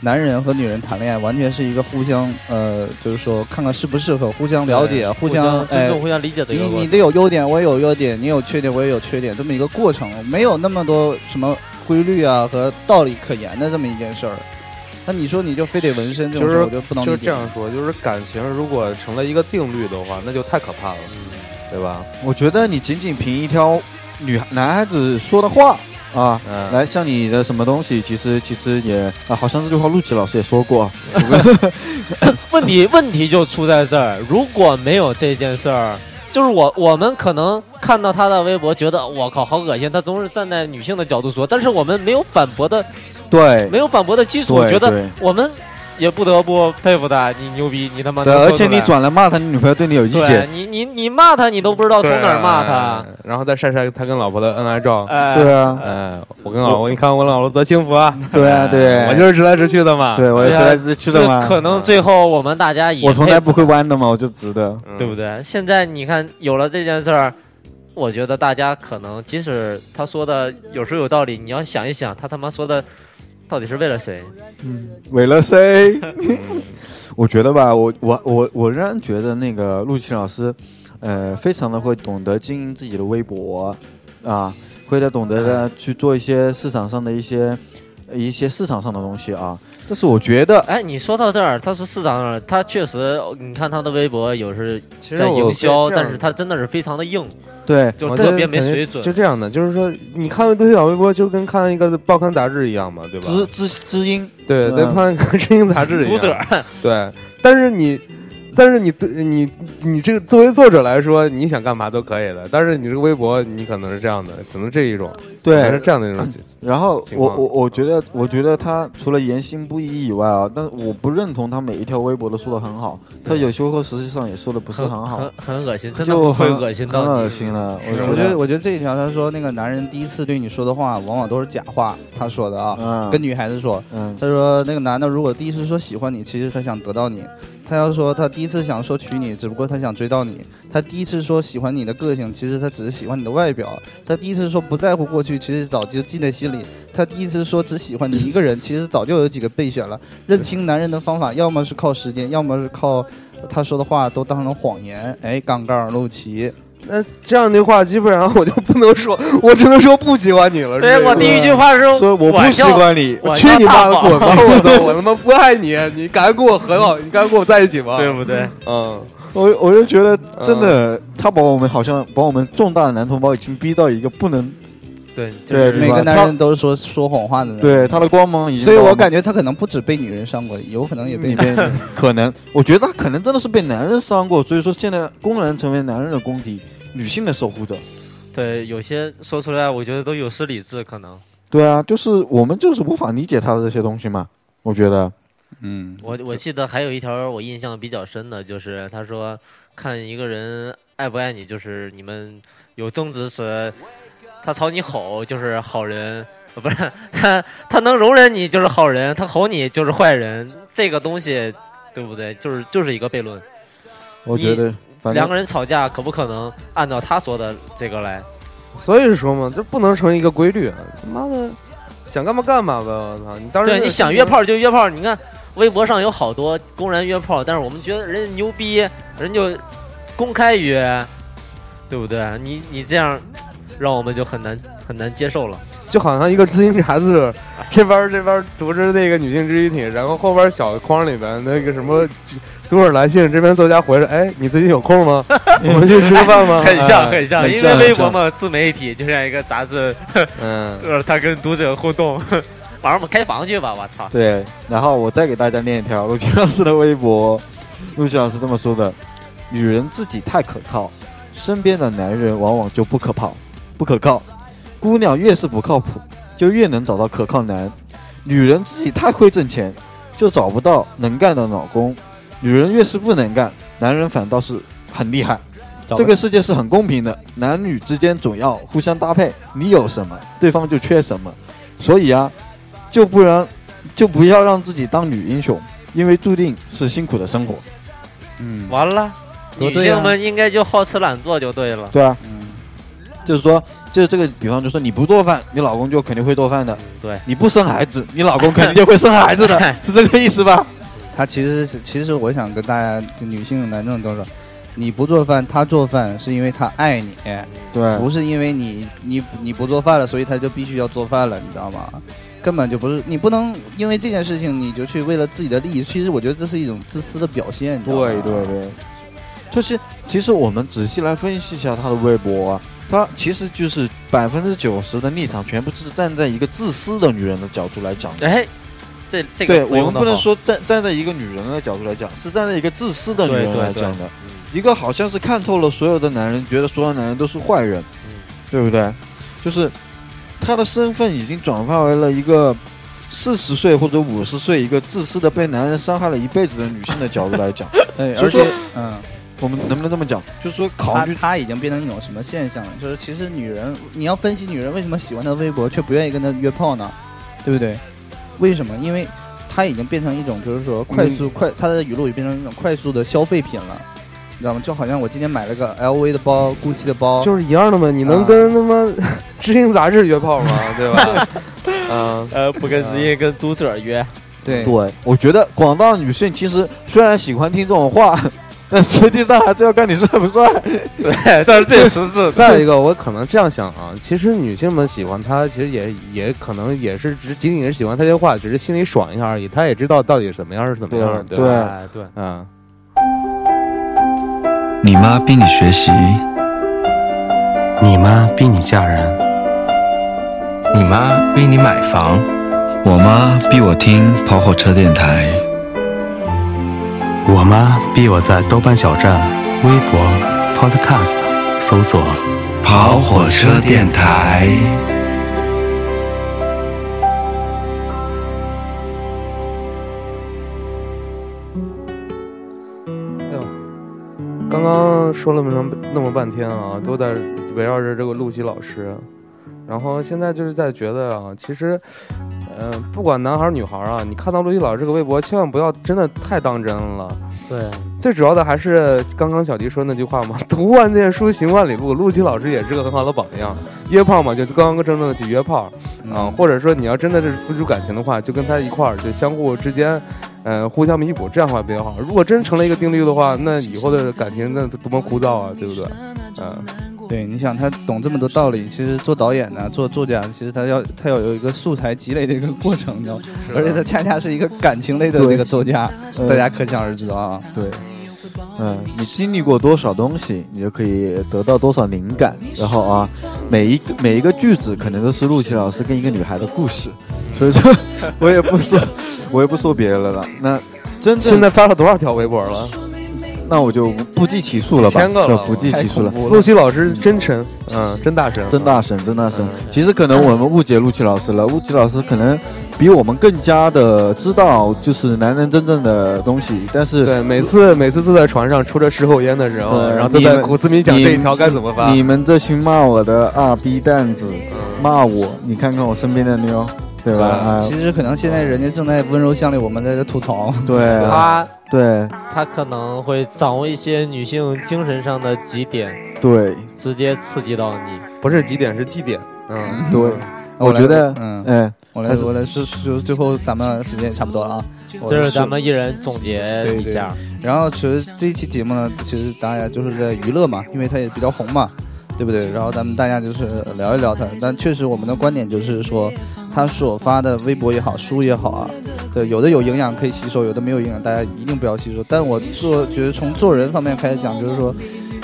S3: 男人和女人谈恋爱完全是一个互相呃，就是说看看适不适合，互相了解，互相
S7: 尊
S3: 哎
S7: 重、。互相理解的一
S3: 你
S7: 个过
S3: 你
S7: 程。
S3: 得有优点，我也有优点；你有缺点，我也有缺点。这么一个过程，没有那么多什么规律啊和道理可言的这么一件事儿。那你说你就非得纹身这种事
S4: 就是
S3: 儿，我就不能
S4: 就
S3: 理
S4: 是
S3: 解。
S4: 这样说，就是感情如果成了一个定律的话，那就太可怕了，对吧？
S5: 我觉得你仅仅凭一条女男孩子说的话啊，
S4: 嗯，
S5: 来，像你的什么东西，其实其实也啊，好像这句话陆琪老师也说过，
S7: 问题问题就出在这儿，如果没有这件事儿，就是我我们可能看到他的微博，觉得我靠好恶心，他总是站在女性的角度说，但是我们没有反驳的
S5: 对
S7: 没有反驳的基础，
S5: 对
S7: 觉得
S5: 对
S7: 我们也不得不佩服他，你牛逼，你他妈
S5: 对，
S7: 能说
S5: 而且
S7: 出来
S5: 你转来骂他，你女朋友对你有意
S7: 对
S5: 见，
S7: 你你你骂他，你都不知道从哪儿骂他。
S4: 对，然后再晒晒他跟老婆的恩爱照。
S7: 哎，
S5: 对啊，
S4: 哎，我跟老婆，你看我老婆多幸福啊！
S5: 对啊，对，
S4: 我就是直来直去的嘛。
S5: 对我也
S7: 对
S5: 直
S7: 啊
S5: 来直去的嘛
S7: 这，可能最后我们大家也
S5: 我从来
S7: 佩
S5: 不会弯的嘛，我就直的，
S4: 嗯，
S7: 对不对？现在你看有了这件事儿，我觉得大家可能即使他说的有时候有道理，你要想一想，他他妈说的到底是为了谁？
S5: 为了谁？
S4: 嗯
S5: 我觉得吧，我我我我仍然觉得那个陆琪老师，呃，非常的会懂得经营自己的微博啊，会的懂得的去做一些市场上的一些一些市场上的东西啊。但是我觉得，
S7: 哎，你说到这儿，他说市场上他确实，你看他的微博有时
S4: 其实
S7: 在
S4: 我
S7: 营
S3: 嗯
S7: 销，
S4: 这样
S7: 但是他真的是非常的硬，
S5: 对
S7: 就
S4: 我
S7: 特
S4: 这
S7: 别没
S4: 感觉
S7: 水准
S4: 就。这样的，就是说，你看对小微博就跟看一个报刊杂志一样嘛，对吧？
S5: 知知知音，
S4: 对，啊
S5: 嗯
S4: 跟看一个知音杂志一样。
S7: 读者，
S4: 对，但是你但是你对你你这个作为作者来说，你想干嘛都可以的。但是你这个微博，你可能是这样的，只能这一种，
S5: 对
S4: 可能是这样的一种。
S5: 然后
S4: 情
S5: 我
S4: 况
S5: 我我觉得，我觉得他除了言行不一以外啊，但我不认同他每一条微博都说的很好，他有时候实际上也说的不是很好
S7: 很，很恶心，真的
S5: 就
S7: 会
S5: 很
S7: 恶心
S5: 很
S7: 到你
S5: 恶心啊了。
S3: 我
S5: 我
S3: 觉
S5: 觉
S3: 得，
S5: 得
S3: 我觉得这一条他说那个男人第一次对你说的话，往往都是假话。他说的啊，
S5: 嗯
S3: 跟女孩子说，
S5: 嗯
S3: 他说那个男的如果第一次说喜欢你，其实他想得到你；他要说他第一次想说娶你，只不过他想追到你；他第一次说喜欢你的个性，其实他只是喜欢你的外表；他第一次说不在乎过去，其实早就记在心里；他第一次说只喜欢你一个人，其实早就有几个备选了。认清男人的方法，要么是靠时间，要么是靠他说的话都当成谎言。哎，杠杠陆琪。
S4: 那这样的话，基本上我就不能说，我只能说不喜欢你了。
S7: 对
S4: 是这
S7: 我
S4: 意思
S7: 第一句话是，
S5: 所以我不喜欢你，
S7: 我
S4: 去你妈的，
S7: 我
S4: 滚 吧！我操，我他妈不爱你，你敢跟我和好，你敢跟我在一起吗？
S7: 对不对？
S4: 嗯，
S5: 我我就觉得真的，他把我们好像把我们重大的男同胞已经逼到一个不能
S7: 对，
S5: 对
S3: 每
S5: 吧
S3: 个男
S5: 他
S3: 人都是说说谎话的人，
S5: 对他的光芒已经嗯
S3: 所以
S5: 把
S3: 我
S5: 们
S3: 感觉他可能不止被女人伤过，有可能也被
S5: 里边可能，我觉得他可能真的是被男人伤过，所以说现在工人成为男人的公敌，女性的守护者。
S7: 对，有些说出来，我觉得都有失理智，可能
S5: 对啊，就是我们就是无法理解他的这些东西嘛，我觉得，
S3: 嗯，
S7: 我我记得还有一条我印象比较深的，就是他说看一个人爱不爱你，就是你们有争执时，他朝你吼就是好人，呃不是他他能容忍你就是好人，他吼你就是坏人，这个东西对不对？就是就是一个悖论。
S5: 我觉得反
S7: 两
S5: 正
S7: 个人吵架可不可能按照他说的这个来？
S4: 所以说嘛，这不能成一个规律。啊他妈的，想干嘛干嘛呗！我操，你当时
S7: 对，你想约炮就约炮，你看微博上有好多公然约炮，但是我们觉得人家牛逼，人就公开约，对不对？你你这样，让我们就很难很难接受了。
S4: 就好像一个资金闸似的，这边儿这边儿读着那个女性肢体，然后后边儿小框里边那个什么读者来信，这边作家回了，哎，你最近有空 吗？我们去吃个饭吗？
S7: 很像，
S4: 哎
S7: 啊很像，
S5: 很
S7: 因为
S5: 像
S7: 微
S5: 很
S7: 博
S5: 像
S7: 嘛，自媒体就像一个杂志，
S4: 嗯，
S7: 呃，他跟读者互 动。晚上我们开房去吧，我操！
S5: 对。然后我再给大家念一条陆琪老师的微博，陆琪老师这么说的：女人自己太可靠，身边的男人往往就不可靠，不可靠。姑娘越是不靠谱，就越能找到可靠男。女人自己太会挣钱，就找不到能干的老公。女人越是不能干，男人反倒是很厉害。这个世界是很公平的，男女之间总要互相搭配，你有什么，对方就缺什么。所以啊，就不然就不要让自己当女英雄，因为注定是辛苦的生活。
S3: 嗯
S7: 完了，
S3: 多
S7: 女
S3: 对啊
S7: 性们应该就好吃懒做就对了。
S5: 对啊，
S3: 嗯，
S5: 就是说，就是这个，比方就说你不做饭，你老公就肯定会做饭的；
S7: 对，
S5: 你不生孩子，你老公肯定就会生孩子的，是这个意思吧？
S3: 他其实是，其实我想跟大家女性男性都说，你不做饭，他做饭是因为他爱你，
S5: 对
S3: 不是因为你你你不做饭了，所以他就必须要做饭了，你知道吗？根本就不是，你不能因为这件事情你就去为了自己的利益，其实我觉得这是一种自私的表现，你知道吗
S5: 对对对，就是其实我们仔细来分析一下他的微博啊，他其实就是百分之九十的立场全部是站在一个自私的女人的角度来讲的。
S7: 哎，这这
S5: 对
S7: 个词
S5: 我
S7: 用
S5: 们
S7: 得
S5: 不能
S7: 好
S5: 说站站在一个女人的角度来讲，是站在一个自私的女
S7: 对
S5: 人
S7: 对
S5: 来
S7: 对
S5: 讲的。
S7: 嗯
S5: 一个好像是看透了所有的男人，觉得所有男人都是坏人，
S7: 嗯
S5: 对不对？就是他的身份已经转化为了一个四十岁或者五十岁一个自私的被男人伤害了一辈子的女性的角度来 讲，
S3: 对，
S5: 所以
S3: 而
S5: 说
S3: 且嗯。
S5: 我们能不能这么讲？就是说考
S3: 他
S7: 啊
S5: 虑
S3: 他已经变成一种什么现象了？就是其实女人，你要分析女人为什么喜欢他微博，却不愿意跟他约炮呢？对不对？为什么？因为他已经变成一种就是说快
S5: 嗯
S3: 速、快，他的语录也变成一种快速的消费品了，你知道吗？就好像我今天买了个 LV 的
S5: 嗯
S3: 包，GUCCI 的包，
S4: 就是一样的嘛。你能跟他妈知音杂志约炮吗？对 吧？嗯，
S7: 呃，不跟直接跟读者约，
S3: 对
S5: 对，我觉得广大女性其实虽然喜欢听这种话， 但实际上还是要看你帅不帅。
S7: 对，但是这实 质
S4: 再一个，我可能这样想啊，其实女性们喜欢他，其实也也可能也是只仅仅是喜欢他这话，只是心里爽一下而已。他也知道到底怎么样是怎么样的，
S5: 对
S4: 吧？
S7: 哎对，
S4: 嗯，
S8: 你妈逼你学习，你妈逼你嫁人，你妈逼你买房，我妈逼我听跑火车电台，我妈逼我在豆瓣小站、微博、Podcast 搜索“
S14: 跑火车电台”。
S4: 刚刚说了那么那么半天啊，都在围绕着这个陆琪老师，然后现在就是在觉得啊，其实，嗯、不管男孩儿女孩儿啊，你看到陆琪老师这个微博，千万不要真的太当真了。
S7: 对，
S4: 最主要的还是刚刚小迪说那句话嘛，“ 读万卷书，行万里路”。陆琪老师也是个很好的榜样。约炮嘛，就刚刚争论的去约炮
S3: 嗯
S5: 嗯
S4: 啊，或者说你要真的是付出感情的话，就跟他一块儿，就相互之间，嗯、互相弥补，这样的话比较好。如果真成了一个定律的话，那以后的感情那多么枯燥啊，对不对？嗯，
S3: 对，你想他懂这么多道理，其实做导演呢、做作家，其实他要他要有一个素材积累的一个过程，你知道吗
S5: 是？的啊
S3: 而且他恰恰是一个感情类的
S5: 对
S3: 这个作家，
S5: 嗯
S3: 大家可想而知啊。
S5: 对，嗯，你经历过多少东西，你就可以得到多少灵感。然后啊，每一个每一个句子可能都是陆琪老师跟一个女孩的故事，所以说 我也不说， 我也不说别的了。那真正
S4: 现在发了多少条微博了？
S5: 那我就不计其数了吧，
S4: 几千个
S5: 就
S4: 了
S5: 不计其数了。
S4: 太恐怖了陆琪老师真神，嗯，真大神，
S5: 真大神，真大
S4: 嗯
S5: 神。其实可能我们误解陆琪老师了，陆琪老师可能比我们更加的知道就是男人真正的东西，但是
S4: 对，每次每次坐在床上抽着石口烟的时候，
S5: 对
S4: 然后都
S5: 你
S4: 在
S5: 们
S4: 苦思冥想
S5: 你
S4: 这一条该怎么发。
S5: 你们这群骂我的二逼蛋子，骂我，你看看我身边的妞，对吧？啊
S3: 呃其实可能现在人家正在温柔乡里，我们在这吐槽。
S5: 对啊
S7: 他
S5: 对
S7: 他可能会掌握一些女性精神上的极点，
S5: 对
S7: 直接刺激到你。
S4: 不是几点是绩点，嗯，
S5: 对
S3: 我
S5: 我
S3: 来
S5: 觉得
S3: 嗯，
S5: 哎
S3: 我来
S5: 还是
S3: 我来说，就是最后咱们时间也差不多了啊，我
S7: 这是
S3: 说
S7: 咱们一人总结
S3: 对
S7: 一
S3: 对
S7: 下。。
S3: 然后其实这一期节目呢，其实大家就是在娱乐嘛，因为它也比较红嘛，对不对？然后咱们大家就是聊一聊它，但确实我们的观点就是说，他所发的微博也好，书也好啊，对，有的有营养可以吸收，有的没有营养，大家一定不要吸收。但我做觉得从做人方面开始讲，就是说。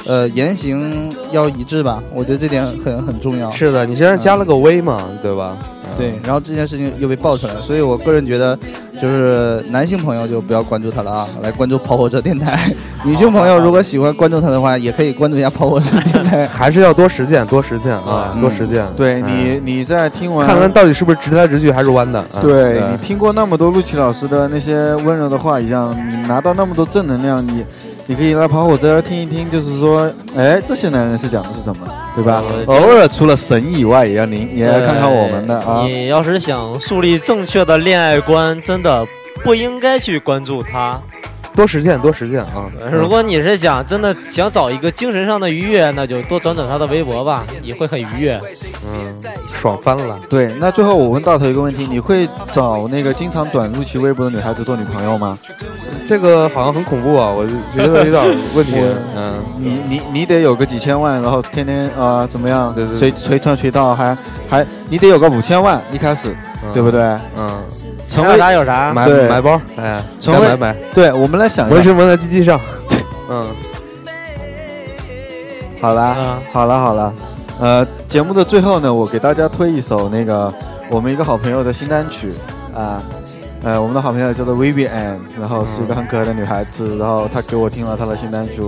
S3: 呃，言行要一致吧，我觉得这点很很重要。
S4: 是的，你现在加了个微嘛，对吧？
S3: 对，然后这件事情又被爆出来了，所以我个人觉得，就是男性朋友就不要关注他了啊，来关注跑火车电台。女性朋友如果喜欢关注他的话，也可以关注一下跑火车电台。
S4: 还是要多实践，多实践啊，
S5: 嗯
S4: 多实践。
S5: 对你
S4: 嗯，
S5: 你在听完
S4: 看看到底是不是直来直去，还是弯的？嗯
S5: 对你听过那么多陆琪老师的那些温柔的话一样，你拿到那么多正能量，你你可以来跑火车听一听，就是说，哎，这些男人是讲的是什么，对吧？偶尔除了神以外，也要您也要看看我们的啊
S7: 对。呃你要是想树立正确的恋爱观，真的不应该去关注他。
S4: 多实践，多实践啊！
S7: 如果你是想真的想找一个精神上的愉悦，那就多转转他的微博吧，你会很愉悦。
S4: 嗯，爽翻了。
S5: 对，那最后我问大头一个问题：你会找那个经常转陆琪微博的女孩子做女朋友吗？
S4: 这个好像很恐怖啊，我觉得有点问题
S5: 我。
S4: 嗯，
S5: 你你你得有个几千万，然后天天啊、怎么样，
S4: 对
S5: 随随传随到，还还你得有个五千万一开始，
S4: 嗯
S5: 对不对？
S4: 嗯，
S5: 成
S4: 还
S5: 为
S4: 有啥有啥买
S5: 对
S4: 买包哎
S5: 成为
S4: 该买买
S5: 对，我们来想
S4: 纹
S5: 一下
S4: 身。纹在鸡鸡上。 嗯，
S5: 好啦，好啦，好啦。呃，节目的最后呢，我给大家推一首那个我们一个好朋友的新单曲啊、呃，我们的好朋友叫做 Vivian，然后是一个很可爱的女孩子，然后她给我听了她的新单曲，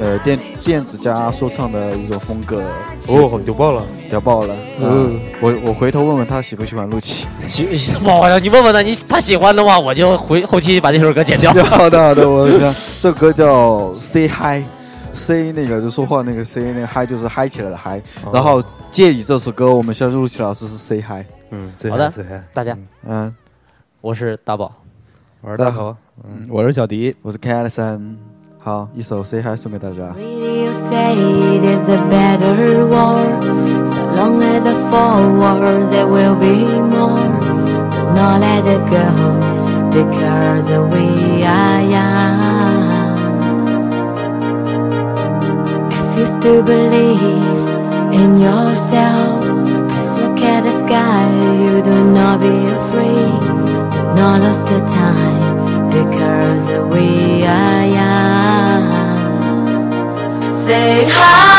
S5: 呃，电电子加说唱的一种风格。
S4: 哦屌爆了，
S5: 屌爆了。嗯
S7: 嗯，
S5: 我我回头问问她喜不喜欢陆琪。
S7: 喜哇，你问问他，你他喜欢的话，我就回后期把这首歌剪掉。
S5: 好的好的，我想这首歌叫 Say Hi，Say 那个就说话那个 Say 那个 Hi 就是嗨起来的嗨，
S4: 哦
S5: 然后借以这首歌，我们向陆琪老师是 Say Hi。
S4: 嗯，
S7: 好的，大家，
S5: 嗯，
S7: 我是大宝，
S4: 我是
S5: 大头，
S3: 嗯， 我是小迪，
S5: 我是 K 森。好，一首 Say Hi 送给大家。
S2: You say it is a better war. So long as I forward, there will be more. But not let it go, because we are young. Refuse to believe in yourself. Just look at the sky, you do not be afraid. Do not lose the time, because we are young. Say hi.